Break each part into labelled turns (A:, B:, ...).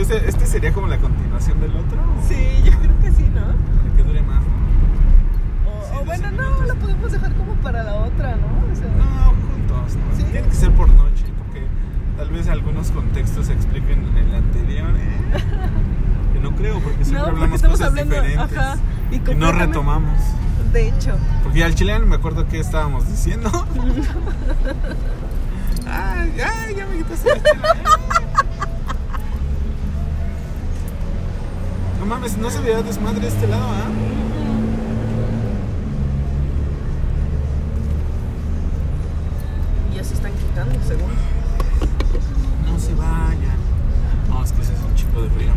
A: este sería como la continuación del otro? ¿o?
B: Sí, yo creo que sí, ¿no?
A: Para que dure más, ¿no?
B: O,
A: Sí,
B: o
A: de
B: bueno,
A: cinco
B: no, Ah.
A: minutos.
B: la podemos dejar como para la otra, ¿no? O sea,
A: No, juntos, ¿no?
B: Sí.
A: Tiene que ser por noche, porque tal vez algunos contextos se expliquen en el anterior. ¿eh? Que no creo, porque siempre
B: no, porque
A: hablamos
B: estamos
A: cosas
B: hablando,
A: diferentes.
B: ajá, y,
A: Y no
B: completamente-
A: retomamos.
B: De hecho,
A: Porque al chileno me acuerdo qué estábamos diciendo. ay, ay, ya me quitaste eh. la chela. No mames, no se veía desmadre este lado, ¿ah?
B: ya se están quitando, según.
A: No se vayan. No, es que ese es un chico de frío.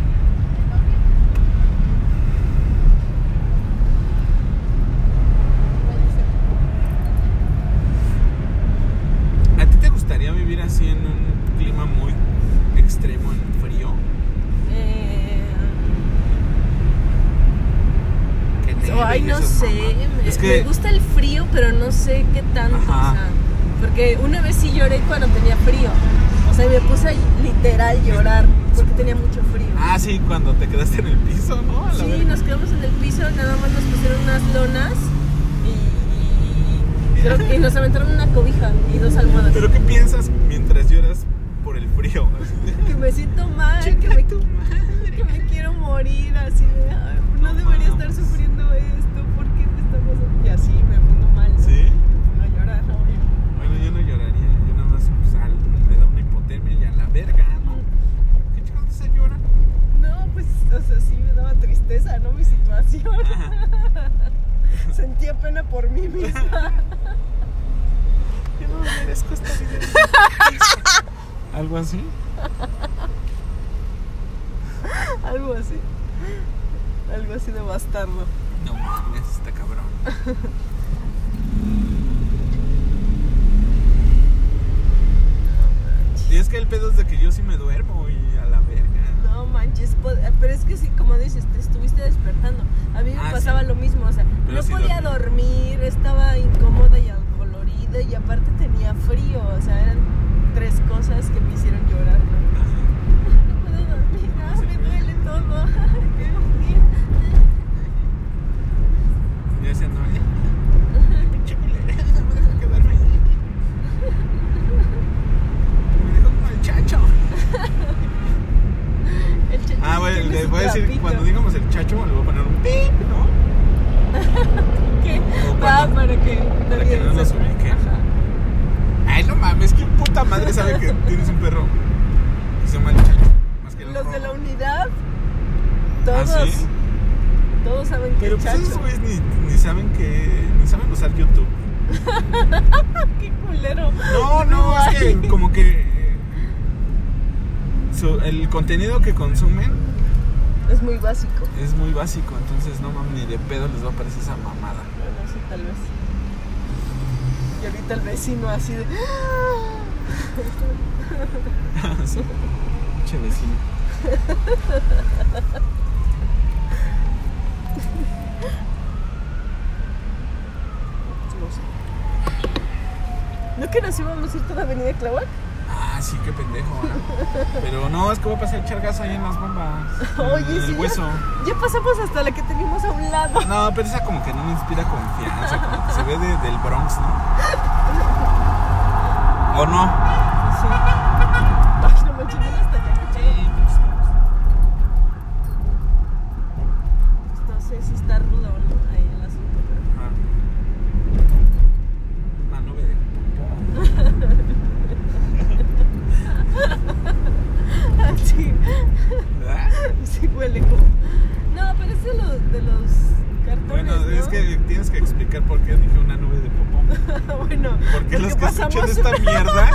A: ¿A ti te gustaría vivir así en un clima muy extremo, en frío?
B: Eh,
A: Que te
B: ay,
A: den
B: no
A: esas
B: sé.
A: mamadas?
B: Me,
A: Es que-
B: me gusta el frío, pero no sé qué tanto.
A: Ajá.
B: O sea, porque una vez sí lloré cuando tenía frío. O sea, me puse a literal llorar porque tenía mucho frío.
A: Ah, sí, cuando te quedaste en el piso, ¿no? A la
B: Sí,
A: verga.
B: nos quedamos en el piso, nada más nos pusieron unas lonas y, y- creo- y nos aventaron una cobija y dos almohadas.
A: Pero ¿qué piensas mientras lloras por el frío?
B: Que me siento mal, que me, que me quiero morir, así de, "Ay, no debería estar sufriendo esto, ¿por qué me está pasando? Y así me pongo mal, ¿no?
A: ¿Sí?
B: a llorar.
A: Bueno, yo no lloraría, yo nada más pues, al- me da una hipotermia y a la verga, ¿no? ¿Qué chingados se llora?
B: No, pues, o sea, sí me daba tristeza, ¿no? Mi situación. Sentía pena por mí misma.
A: Yo no merezco esta vida. ¿Algo así?
B: Algo así. Algo así de bastardo.
A: No mames, está cabrón. Y es que el pedo es de que yo sí me duermo y a la verga.
B: No manches, po- eh, pero es que sí, como dices, te estuviste despertando. A mí me
A: Ah,
B: pasaba
A: sí.
B: lo mismo, o sea,
A: Pero
B: no
A: sí
B: podía dormir, estaba incómoda y adolorida y aparte tenía frío, o sea, eran tres cosas que me hicieron llorar. No,
A: Ajá.
B: No puedo dormir, ah, me duele todo, tengo frío.
A: Yo decía, no, pinche culera, no me dejo quedarme ahí. Me dejó como el chacho.
B: El chacho
A: Ah,
B: sí
A: bueno,
B: tiene
A: les
B: su
A: voy a decir,
B: trapito.
A: cuando digamos el chacho, le voy a poner un pip, ¿no?
B: ¿Qué?
A: o
B: Ah,
A: cuando-
B: para que,
A: para que no
B: también
A: nos
B: se-
A: ubiquen.
B: Ajá.
A: Ay, no mames, qué puta madre sabe que tienes un perro que se llama el chacho. Más que el
B: Los de la
A: rojo.
B: unidad,
A: ¿Ah,
B: todos,
A: sí?
B: todos saben que
A: Pero
B: el
A: pues esos
B: chacho.
A: güeyes ni, ni saben que. ni saben usar YouTube.
B: Qué culero.
A: No, no, es
B: ay.
A: que como que. eh, su- el contenido que consumen
B: Es muy básico.
A: es muy básico, entonces no mames, ni de pedo les va a aparecer esa mamada.
B: Bueno, sí, tal vez. Y ahorita el vecino así de. ¡Ah!
A: sí. Che vecino.
B: No sé. ¿No que nos íbamos a ir toda Avenida Clahuac?
A: Ah, sí, qué pendejo. ¿no? Pero no, es que voy a pasar a echar gas ahí en las bombas.
B: Oye,
A: en el
B: sí, ya-
A: hueso.
B: Ya pasamos hasta la que teníamos a un lado.
A: No, pero esa como que no me inspira confianza, como que se ve de- del Bronx, ¿no? ¿O no?
B: Sí. Ay, no manches, mira hasta allá. No sé si está rudo o no ahí el asunto, pero.
A: Ah. Una nube de popó.
B: Ah, sí.
A: ¿Verdad?
B: Sí, huele como. No, pero es de los, de los cartones.
A: Bueno,
B: ¿no?
A: es que tienes que explicar por qué dije una nube de popó.
B: bueno,
A: Porque los que escuchan
B: pasamos
A: esta mierda.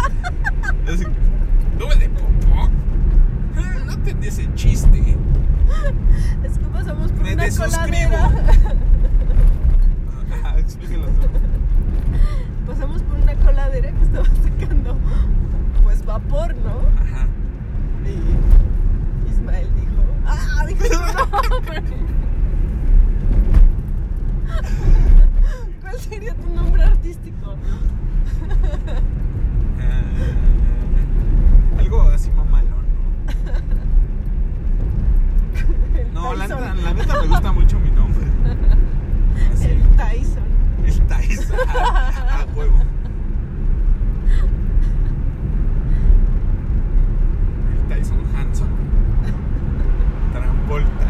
A: es- nube de popó. Ah, No entendí ese chiste.
B: Es que pasamos por
A: Me
B: una
A: desuscribo.
B: coladera.
A: Ah, explíquenlo tú.
B: Pasamos por una coladera que estaba sacando pues vapor, ¿no?
A: Ajá.
B: Y Ismael dijo, ah, dijo su nombre. ¿Cuál sería tu nombre artístico?
A: Ah, Eh, algo así mamalón, ¿no? la
B: Tyson.
A: neta, la neta me gusta mucho mi nombre. Así,
B: El Tyson.
A: el Tyson. A, a Ah, huevo. El Tyson Hanson. Trambolta.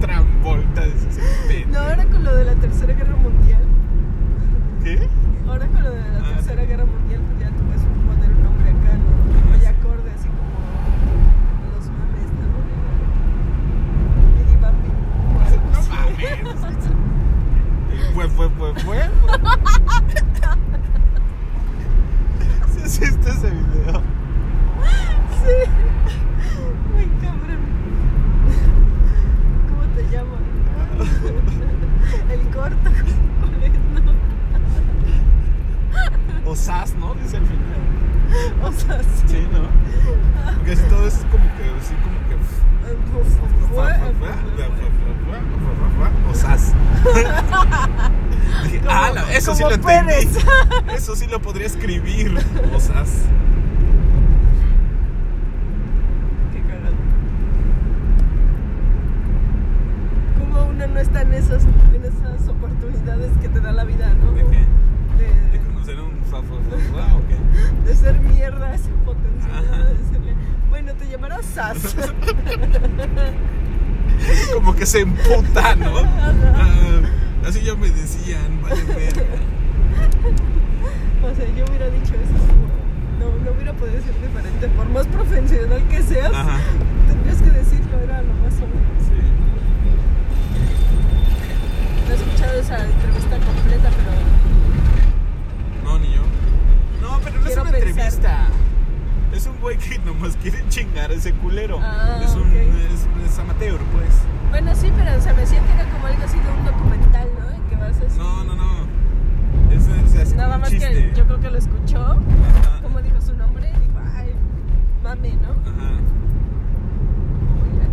A: Trambolta de ese
B: No, ahora con lo de la Tercera Guerra Mundial.
A: ¿Qué?
B: Ahora con lo de la
A: Ah.
B: Tercera Guerra Mundial, pues ya tú puedes poner un nombre acá, ¿no? Muy acorde, así como los mames, ¿no? Lady Bumpy. o algo
A: No
B: así.
A: mames. Fue, fue, fue, fue. Si hiciste ese video.
B: Sí. Muy cabrón. ¿Cómo te llaman? El corto. ¿Cuál es? No.
A: O SAS, ¿no? Dice al final.
B: O sea, sí.
A: Sí, ¿no? Porque así todo eso es como que, así como que. fue, fue, fue, fue, fue, fue, fue, O SAS. Dije, ah, la- eso sí lo
B: como
A: entendí.
B: Pérez.
A: Eso sí lo podría escribir. O SAS.
B: Qué cagado. Como uno no está en esas, en esas oportunidades que te da la vida, ¿no?
A: ¿De qué?
B: De-
A: ¿De conocer un fa, fa, fa, fa, o qué?
B: de ser mierda ese potencial. ¿no?
A: Ajá.
B: De decirle, bueno, te llamarás Sas.
A: Como que se emputa, ¿no?
B: Ajá.
A: Ah, así ya me decían, vale verga.
B: O sea, yo hubiera dicho eso. como, No, no hubiera podido decir diferente. Por más profesional que seas,
A: Ajá.
B: tendrías que decirlo. Era lo más obvio.
A: Sí.
B: No he escuchado esa entrevista completa, pero
A: No, ni yo. No, pero no
B: Quiero
A: es una
B: pensar.
A: entrevista. Es un güey que nomás quiere chingar a ese culero.
B: Ah,
A: es, un,
B: ok.
A: es, es amateur, pues.
B: bueno, sí, pero o sea, me decía que era como algo así de un documental, ¿no? En que vas así.
A: No, no, no. Es, o sea, es
B: Nada
A: un
B: más
A: chiste.
B: que yo creo que lo escuchó,
A: Ajá.
B: como dijo su nombre, dijo, ay, mame, ¿no?
A: Ajá.
B: Mira.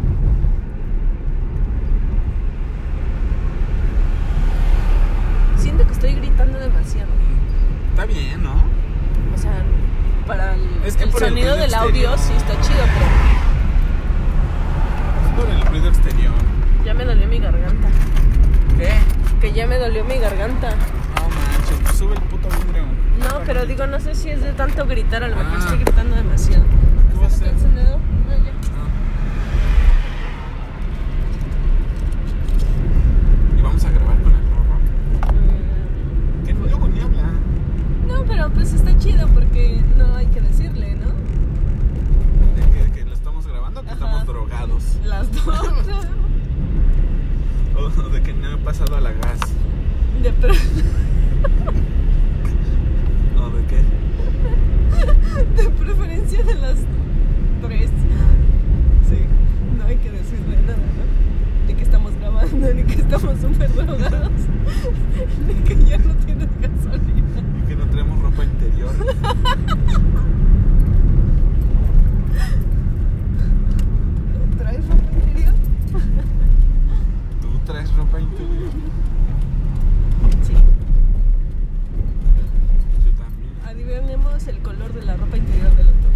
B: Siento que estoy gritando demasiado.
A: Está bien, ¿no?
B: O sea, para el,
A: Es que
B: el
A: por el
B: sonido
A: ruido
B: del audio
A: exterior.
B: sí está chido, pero
A: Es por el ruido exterior.
B: ya me dolió mi garganta.
A: ¿Qué?
B: Que ya me dolió mi garganta.
A: No manches, pues sube el puto vidrio.
B: No, pero digo, no sé si es de tanto gritar, a lo mejor
A: Ah.
B: estoy gritando demasiado.
A: ¿Qué vas a hacer?
B: encendedor? No, ya.
A: Ah. Y vamos a grabar con el rojo.
B: Mm,
A: Que luego ni habla.
B: No, pero pues está chido porque no hay que decirle, ¿no?
A: De que, que lo estamos grabando, que
B: Ajá.
A: estamos drogados.
B: Las dos.
A: O de que no he pasado a la gas.
B: De pronto.
A: O de que.
B: De preferencia de las tres. Sí, no hay que decirle nada, ¿no? Ni que estamos grabando, ni que estamos súper drogados, ni que ya no tienes gasolina.
A: Y que no tenemos ropa interior.
B: ¿Traes ropa interior?
A: Tú traes ropa interior.
B: Sí.
A: Yo también.
B: Adivinemos el color de la ropa interior del otro.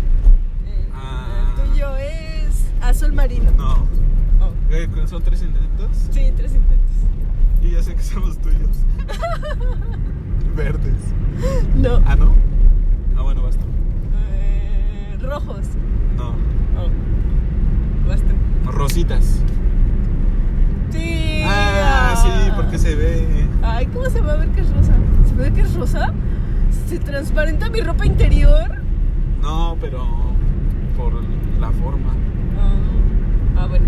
B: El,
A: Ah.
B: el tuyo es azul marino.
A: No.
B: Oh.
A: Eh, Son tres intentos.
B: Sí, tres intentos.
A: Y ya sé que somos tuyos. Verdes.
B: No.
A: Ah, no. Ah, bueno, basta.
B: Eh, rojos.
A: No.
B: Oh. Basta.
A: Rositas.
B: Sí.
A: Ah, sí, porque se ve.
B: Ay, ¿cómo se va a ver que es rosa? ¿Se ve que es rosa? ¿Se transparenta mi ropa interior?
A: No, pero por la forma.
B: Ah, ah, bueno.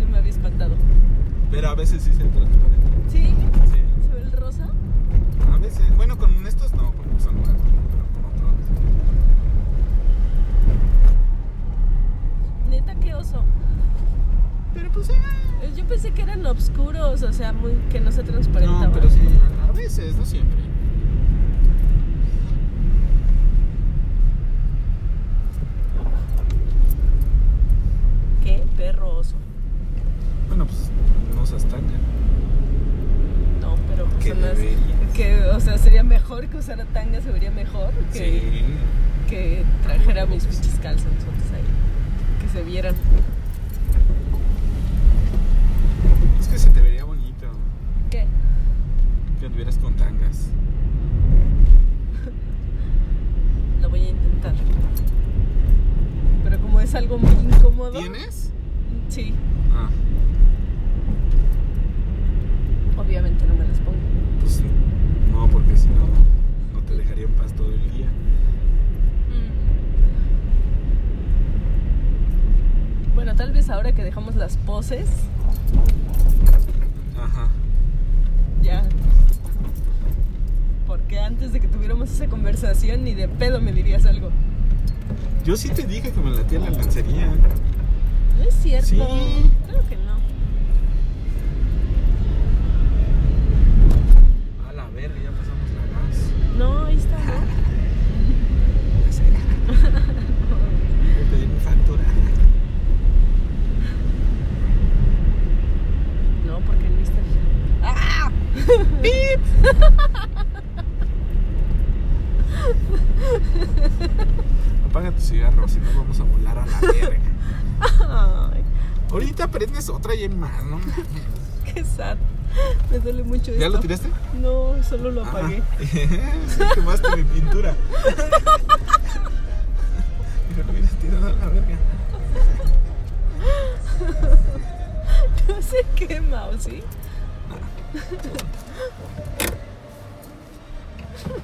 B: Yo me había espantado.
A: Pero a veces sí se transparenta.
B: ¿Sí?
A: Sí.
B: ¿Se ve el rosa?
A: A veces. Bueno, con estos no, porque son nuevos. Pero con otros.
B: Neta, qué oso.
A: Pero pues ah,
B: Eh, Yo pensé que eran obscuros, o sea, muy, que no se transparentaban.
A: No, pero sí. A veces, no siempre.
B: Qué perro oso.
A: Bueno, pues nos astancan.
B: No, pero pues
A: Qué
B: son las-
A: deberías.
B: que, o sea, sería mejor que usara tanga, se vería mejor que,
A: Sí.
B: que trajera mis pinches calzones ahí. Que debieran.
A: Es que se te vería bonito
B: ¿Qué?
A: que anduvieras con tangas.
B: Lo voy a intentar. Pero como es algo muy incómodo.
A: ¿Tienes?
B: Sí,
A: Ah,
B: obviamente no me las pongo.
A: pues no, porque si no, no te dejaría en paz todo el día.
B: Bueno, tal vez ahora que dejamos las poses,
A: Ajá.
B: ya. Porque antes de que tuviéramos esa conversación, ni de pedo me dirías algo.
A: Yo sí te dije que me latía la lancería.
B: No es cierto.
A: Sí.
B: Creo que no.
A: A la verga, ya pasamos la gas.
B: No, ahí está, ¿no?
A: Voy a pedir mi factura.
B: No, porque no está. ¡Ah!
A: Apaga tu cigarro, si no vamos a volar a la verga.
B: Ay,
A: Ahorita prendes otra y hay más, ¿no?
B: qué sad. Me duele mucho
A: ¿Ya lo
B: esto.
A: tiraste?
B: No, solo lo apagué.
A: Ah, Quemaste mi pintura. Pero lo hubieras tirado a la verga.
B: No se quema, ¿o sí?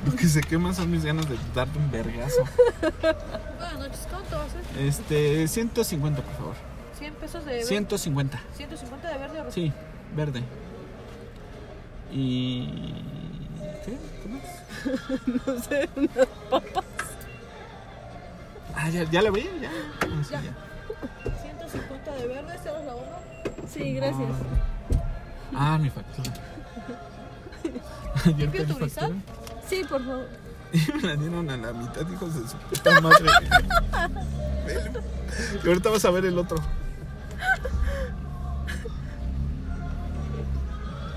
A: Lo que se queman son mis ganas de darte un vergazo.
C: Buenas noches, ¿cuánto va a ser?
A: Este, 150, por favor.
C: 100 pesos de verde.
A: 150.
C: 150 de verde o rosa.
A: Sí, verde. Y. ¿Qué? ¿Cómo es?
B: No sé, unas papas.
A: Ah, ya, ya la abrí, ya. Ah, sí,
C: Ya.
A: ya.
C: 150 de verde, se los la uno.
B: Sí, gracias.
A: Ah, mi factura. Ayer pedí
C: tu
A: factura.
C: brizal?
B: Sí, por favor.
A: Y me la dieron a la mitad, hijos de su puta madre. Velo. Y ahorita vas a ver el otro.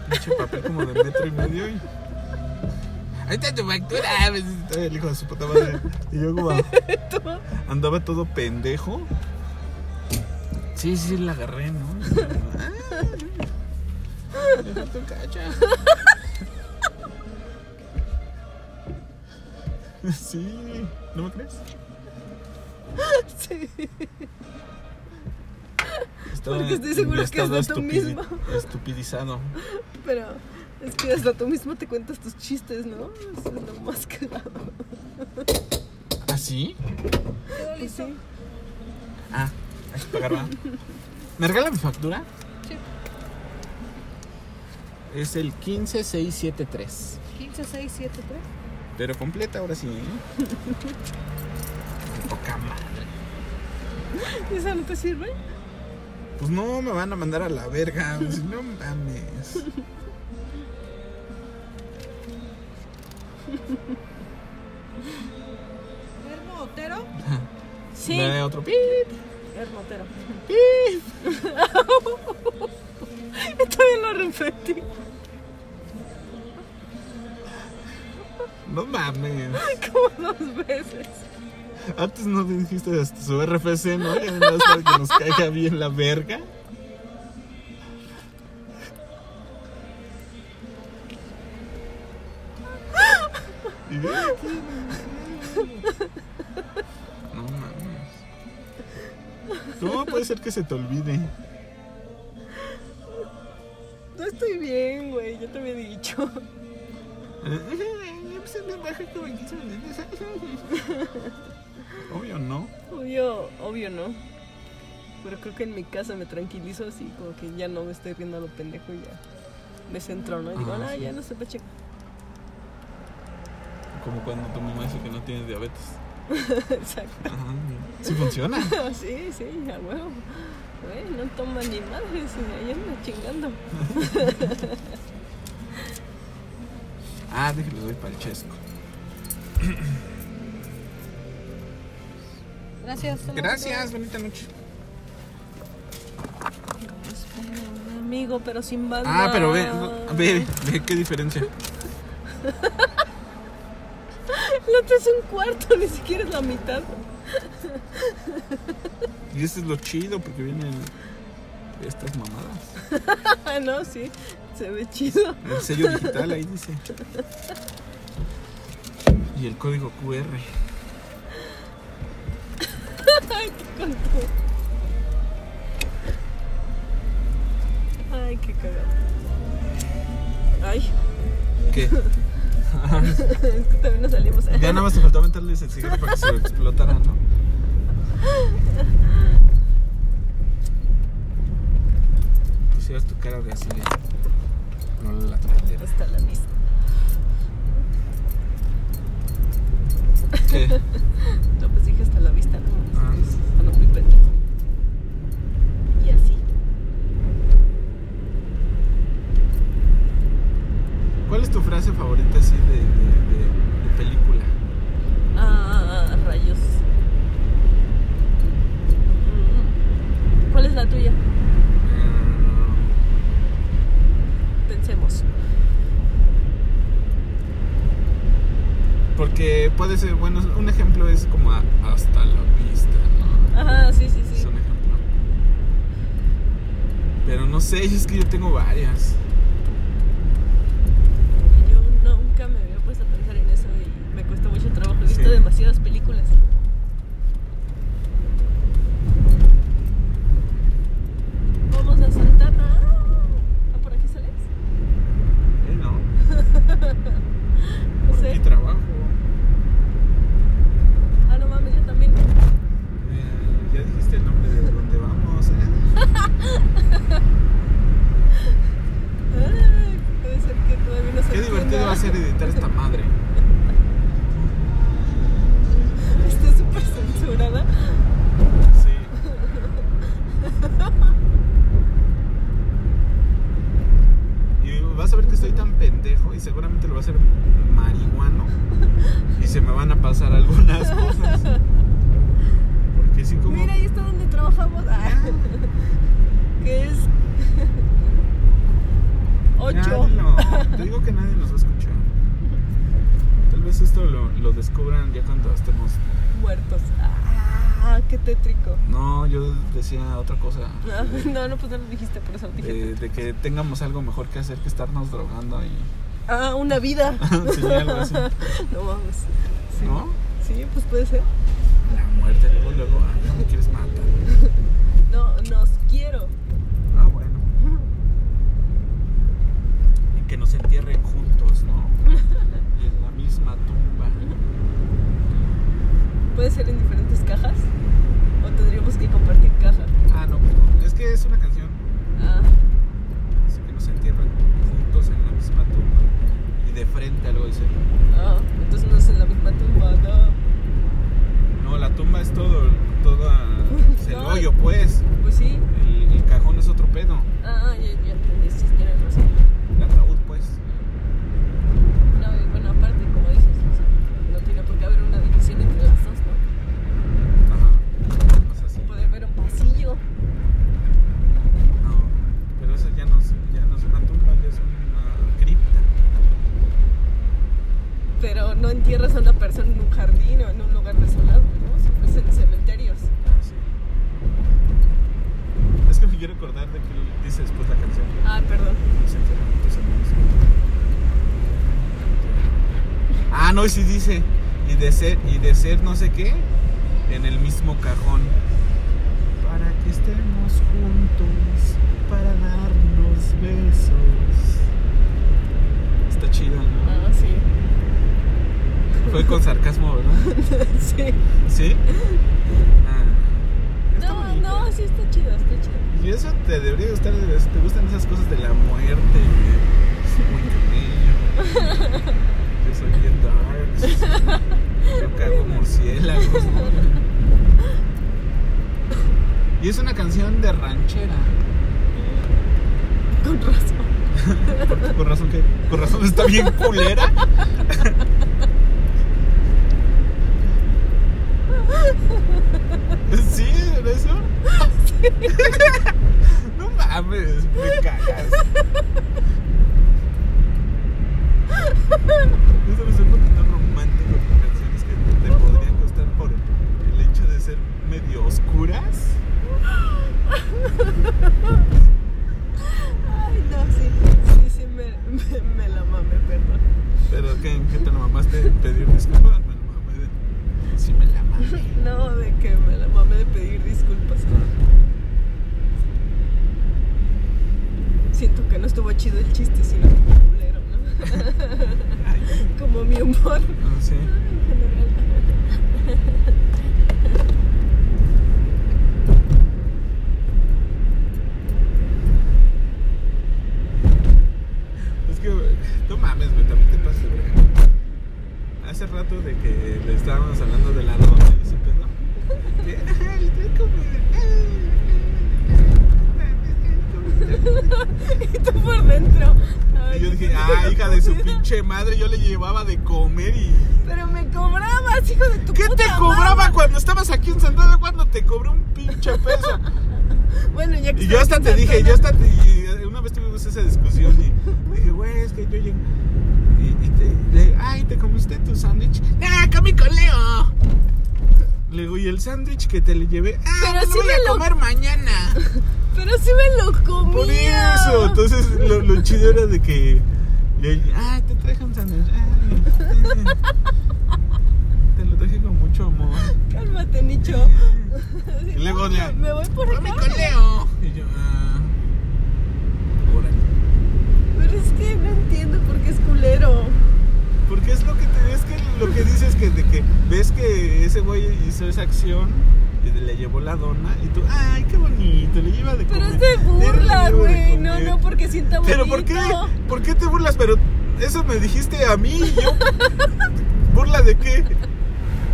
A: Pinche papel como de metro y medio. Y... Ahí está tu factura. pues, y todavía El hijo de su puta madre. Y yo como andaba todo pendejo. Sí, sí, la agarré, ¿no? Ah, me falta un cacho. Sí, ¿no me crees?
B: Sí.
A: Estaba
B: Porque estoy seguro
A: en
B: que es
A: estado
B: de tú
A: estupidi-
B: mismo.
A: Estupidizado.
B: Pero es que hasta tú mismo te cuentas tus chistes, ¿no? Eso es lo más cagado.
A: ¿Ah, sí?
C: Todo listo.
B: Sí.
A: Ah, hay que pagar, ¿verdad? ¿Me regala mi factura?
C: Sí.
A: Es el 15673.
C: 15, 6, 7, 3.
A: Pero completa ahora sí, ¿eh? Qué Poca madre.
B: ¿Esa no te sirve?
A: Pues no, me van a mandar a la verga. pues, no mames.
C: Hermo Otero.
B: Sí.
A: Dale otro pip.
B: Hermotero. Todavía lo repetí.
A: No mames.
B: Como dos veces.
A: Antes no dijiste hasta su RFC, ¿no? Ya nada más para que nos caiga bien la verga. Y ve aquí. No mames. ¿Cómo puede ser que se te olvide?
B: No estoy bien, güey. Ya te había dicho.
A: Obvio, no.
B: Obvio, obvio no. Pero creo que en mi casa me tranquilizo así, como que ya no me estoy riendo a lo pendejo y ya me centro, ¿no? Y digo,
A: Ah,
B: no,
A: sí.
B: ya no se pacheco.
A: Como cuando tu mamá dice que no tienes diabetes.
B: Exacto.
A: Ajá. Sí funciona.
B: Sí, sí, a huevo. Güey, no toma ni madres, y ahí anda chingando.
A: Ah, déjelo, doy para el chesco.
C: Gracias. hasta luego.
A: Gracias, bonita noche.
B: Espera, un amigo, pero sin banda.
A: Ah, pero ve, ve, ve qué diferencia.
B: El otro es un cuarto, ni siquiera es la mitad.
A: Y eso es lo chido porque vienen estas mamadas.
B: Ah, no, sí. Se ve chido.
A: El sello digital ahí dice. Y el código QR.
B: Ay, qué contento. Ay, qué cagado. Ay,
A: ¿Qué?
B: es que también nos salimos. eh.
A: Ya nada más te faltaba meterles el cigarro para que se explotara, ¿no? Hicieras tu cara de así de. No la tendera.
B: Hasta la misma.
A: ¿Qué?
B: No, pues dije hasta la vista, ¿no?
A: Ah.
B: Ah, no, muy pendejo. Y así.
A: ¿Cuál es tu frase favorita así de, de, de- de película?
B: Ah, rayos. Mm. ¿Cuál es la tuya?
A: Eh,
B: Pensemos.
A: Porque puede ser, bueno, un ejemplo es como a- hasta la vista, ¿no?
B: Ajá, sí, sí,
A: Es
B: Ah, sí.
A: un ejemplo. Pero no sé, es que yo tengo varias.
B: Yo nunca me había puesto a pensar en eso y me cuesta mucho trabajo. He visto
A: Sí.
B: demasiadas películas. Vamos a saltar. Ah, ¿por aquí sales?
A: ¿Eh? ¿No?
B: No
A: Por
B: sé.
A: aquí trabajo.
B: Ah, no mames, yo también.
A: Eh, ya dijiste el nombre de donde vamos, ¿eh?
B: Ay, puede ser que todavía no se
A: Qué divertido
B: entienda.
A: va a ser editar esta madre.
B: Está súper censurada.
A: Sí. Y vas a ver que estoy tan pendejo y seguramente lo va a hacer marihuano. Y se me van a pasar algunas cosas. Porque sí como...
B: Mira, ahí está donde trabajamos. Ah, que es. 8.
A: Nadie lo- te digo que nadie nos va a escuchar. Tal vez esto lo, lo descubran ya cuando estemos...
B: Muertos. Ah, qué tétrico.
A: No, yo decía otra cosa. eh,
B: No, no, no, pues no lo dijiste, por eso lo dije.
A: De, de que tengamos algo mejor que hacer que estarnos drogando y...
B: Ah, una vida.
A: Sí, algo así.
B: No vamos. Sí.
A: ¿No?
B: Sí, pues puede ser.
A: La muerte, luego, luego, ah, ya me quieres matar.
B: No, nos quiero.
A: Ah, bueno. Y que nos entierren juntos, ¿no? Y en la misma tumba.
B: Puede ser en diferentes cajas. O tendríamos que compartir caja.
A: Ah, no, pero es que es una canción.
B: Ah,
A: Así que nos entierran juntos en la misma tumba. Y de frente algo dice.
B: ah, entonces no es en la misma tumba, no.
A: No, la tumba es todo, toda. es el
B: No.
A: hoyo, pues.
B: Pues sí.
A: El, el cajón es otro pedo.
B: Ah, ya, ya entendí, sí, tienes razón.
A: El ataúd, pues.
B: No, y bueno, aparte, como dices, o sea, no tiene por qué haber una división entre las dos, ¿no?
A: Ajá. O sea, sí.
B: Puede haber un pasillo.
A: No, pero eso ya no, es- ya no es una tumba, ya es una cripta.
B: Pero no entierras a una persona en un jardín o en un lugar desolado, ¿no? Siempre es en cementerios.
A: Ah, sí. Es que me quiero acordar de que dice después la canción.
B: Ah, perdón.
A: Se entierran juntos en la misma- Ah, no, y sí dice. Y de ser, y de ser no sé qué, en el mismo cajón. Para que estemos juntos, para darnos besos. Está chido, ¿no?
B: Ah, sí.
A: Fue con sarcasmo, ¿verdad?
B: sí.
A: ¿Sí? Ah, está
B: No,
A: bonito.
B: no, sí está chido, está chido.
A: Y eso te debería gustar, si te gustan esas cosas de la muerte, de muy camello, yo soy bien dark, yo cago murciélagos, ¿no? Y es una canción de ranchera.
B: Con razón.
A: Por, por razón que, por razón está bien culera. Sí, ¿era eso? No mames, me cagas. Eso me suena tan romántico con canciones que te podrían gustar por el hecho
B: Ay, no, sí. Sí, sí, me, me, me la mamé, perdón.
A: Pero ¿qué, ¿en qué te la mamaste? Pedir disculpas, me la mamé. de- Sí, me la mamé.
B: No, de que me la mamé de pedir disculpas. Siento que no estuvo chido el chiste, sino como culero, ¿no?
A: Ay,
B: como mi humor en
A: ah, sí.
B: general.
A: Es que, no mames, güey, también te pasas de verga. Hace rato de que le estábamos hablando de la dona y ese pedo. Que, ay, estoy como-
B: Y tú por dentro.
A: Y yo dije, ah, hija de su pinche madre, yo le llevaba de comer y...
B: Pero me cobrabas, hijo de tu
A: ¿Qué
B: puta
A: te cobraba
B: madre.
A: cuando estabas aquí en San Diego? ¿Cuándo te cobré un pinche peso?
B: Bueno, ya que
A: Y yo hasta te
B: estabas
A: dije,
B: en
A: yo
B: Santana,
A: hasta te, y una vez tuvimos esa discusión y dije, güey, es que yo llegué. Y, y te, le- ay, ¿te comiste tu sándwich? ¡Ah, comí con Leo! Le digo, ¿y el sándwich que te le llevé? ¡Ah,
B: Pero
A: me lo
B: sí
A: voy
B: me
A: a
B: lo-
A: comer mañana!
B: Pero sí me lo comía.
A: Por eso, entonces lo, lo chido era de que. le- ¡Ay, te traje un sándwich! ay, ay, Te lo traje con mucho amor.
B: Cálmate, Nicho.
A: Y luego le-
B: me, me voy por
A: ¡Comí
B: acá.
A: con Leo! Y yo, ah. Órale.
B: Pero es que no entiendo por qué es culero.
A: Porque es lo que te, es que lo que dices que, de que ves que ese güey hizo esa acción y le llevó la dona y tú, ay, qué bonito, le lleva de
B: Pero
A: comer.
B: es de burla,
A: Le lleva de
B: güey. No,
A: comer.
B: no, porque sienta bonito.
A: Pero ¿por qué? ¿Por qué te burlas? Pero eso me dijiste a mí y yo burla de qué?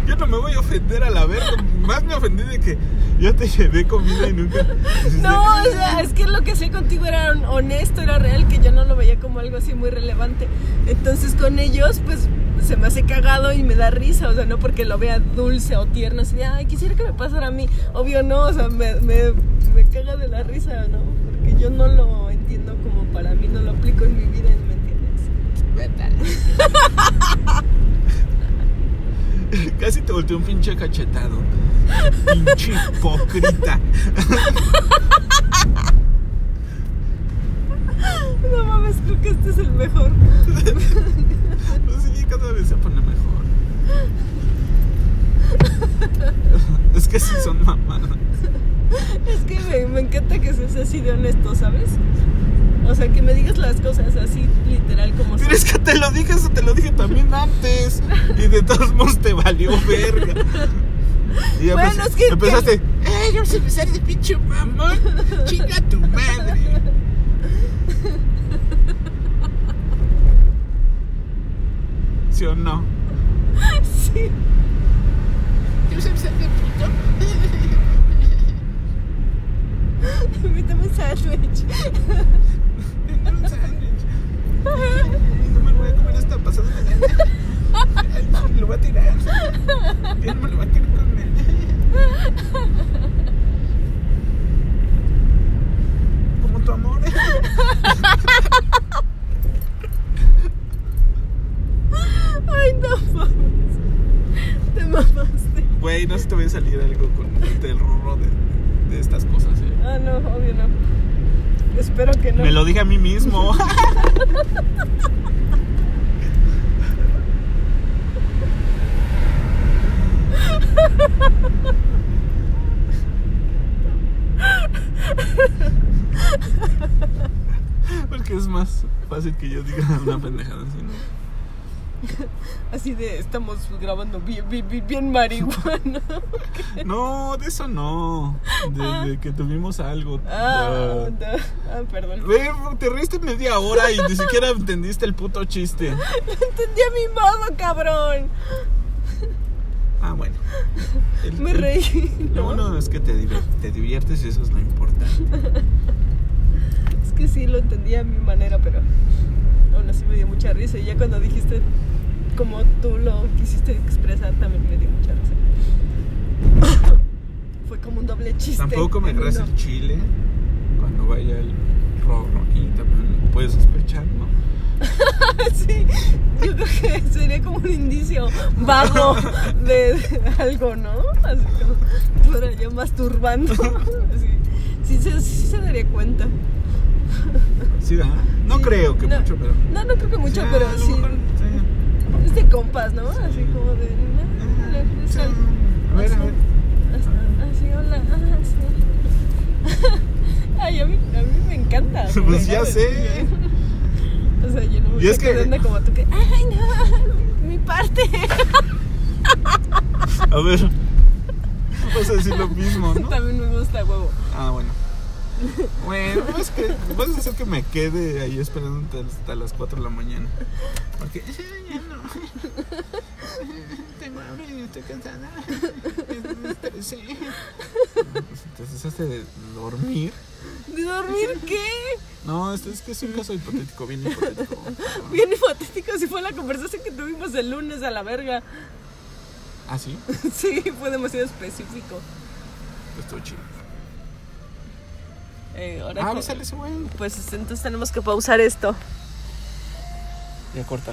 A: Yo no me voy a ofender a la verga, más me ofendí de que yo te llevé comida y nunca dijiste,
B: No, o sea, es que lo que hacía contigo era honesto, era real, que yo no lo veía como algo así muy relevante. Entonces con ellos, pues se me hace cagado y me da risa, o sea, no porque lo vea dulce o tierno, así de, ay, quisiera que me pasara a mí. Obvio no, o sea, me, me, me caga de la risa, ¿no? Porque yo no lo entiendo como para mí, no lo aplico en mi vida, ¿me entiendes?
A: Casi te volteó un pinche cachetado. Pinche hipócrita.
B: No mames, creo que este es el mejor.
A: No sé qué Pues cada vez se pone mejor. Es que sí son mamadas.
B: Es que me, me encanta que seas así de honesto, ¿sabes? O sea, que me digas las cosas así, literal, como son.
A: Pero es que te lo dije, eso te lo dije también antes. Y de todos modos te valió verga. Y ya
B: Bueno,
A: empe-
B: es que-
A: empezaste. ¡Eh, vamos a empezar de pinche mamón! ¡Chinga tu madre! ¿Sí o no?
B: Sí. Invítame un sándwich.
A: Tengo un sándwich. No me lo voy a comer hasta pasado mañana. Lo voy a tirar. Ya no me lo va a querer comer. Como tu amor.
B: Ay, no mames. Te mamaste.
A: Güey, no se te vaya a salir algo con del rubro de, de estas cosas, eh.
B: Ah, no, obvio no. Espero que no.
A: Me lo dije a mí mismo. Porque es más fácil que yo diga una pendejada así, ¿no?
B: Así de, estamos grabando bien, bien, bien, bien marihuana.
A: No, de eso no. De, de que tuvimos algo.
B: Ah,
A: Ah.
B: da- ah, perdón.
A: Ve, te reíste media hora y ni siquiera entendiste el puto chiste.
B: No entendí a mi modo, cabrón.
A: Ah, bueno. El-
B: Me
A: el-
B: reí.
A: Lo bueno es que te, diver- te diviertes y eso es lo importante.
B: Es que sí lo entendí a mi manera, pero aún así me dio mucha risa. Y ya cuando dijiste como tú lo quisiste expresar, también me dio mucha risa. Fue como un doble chiste.
A: Tampoco me
B: en Este, uno.
A: agarras el chile cuando vaya el rorro y también lo puedes sospechar, ¿no?
B: sí, yo creo que sería como un indicio vago de, de algo, ¿no? Así como, por allá masturbando. Así. sí, se- sí se daría cuenta.
A: Sí, ¿verdad? No
B: Sí.
A: creo que
B: No.
A: mucho, pero.
B: No, no creo que mucho,
A: ah,
B: pero
A: a lo
B: sí.
A: mejor, sí.
B: Es de compas, ¿no? Así como de. "Ah,
A: Ajá,
B: le-
A: sí.
B: sal-
A: A ver, a ver.
B: hasta- Así, hola. Ah, sí. Ay, a mí, a mí me encanta.
A: Pues ya
B: ¿sabes?
A: sé.
B: O sea, yo no me
A: Y
B: voy
A: es que-
B: quedando como tú que. ¡Ay, no! Mi parte.
A: A ver. Vas a decir lo mismo, ¿no?
B: También me gusta huevo.
A: Ah, bueno. Bueno, es que vas a hacer que me quede ahí esperando hasta las 4 de la mañana. Porque "Ay, ya no. Tengo hambre y estoy cansada. Me estresé". pues, Entonces hace de dormir.
B: ¿De dormir qué?
A: No, esto es que es un caso hipotético, bien hipotético.
B: Bien hipotético, si fue la conversación que tuvimos el lunes a la verga.
A: Ah, sí,
B: Sí, fue demasiado específico.
A: pues estuvo chido.
B: Eh, ahora
A: Ah,
B: co-
A: sale ese güey.
B: Pues entonces tenemos que pausar esto.
A: Ya corta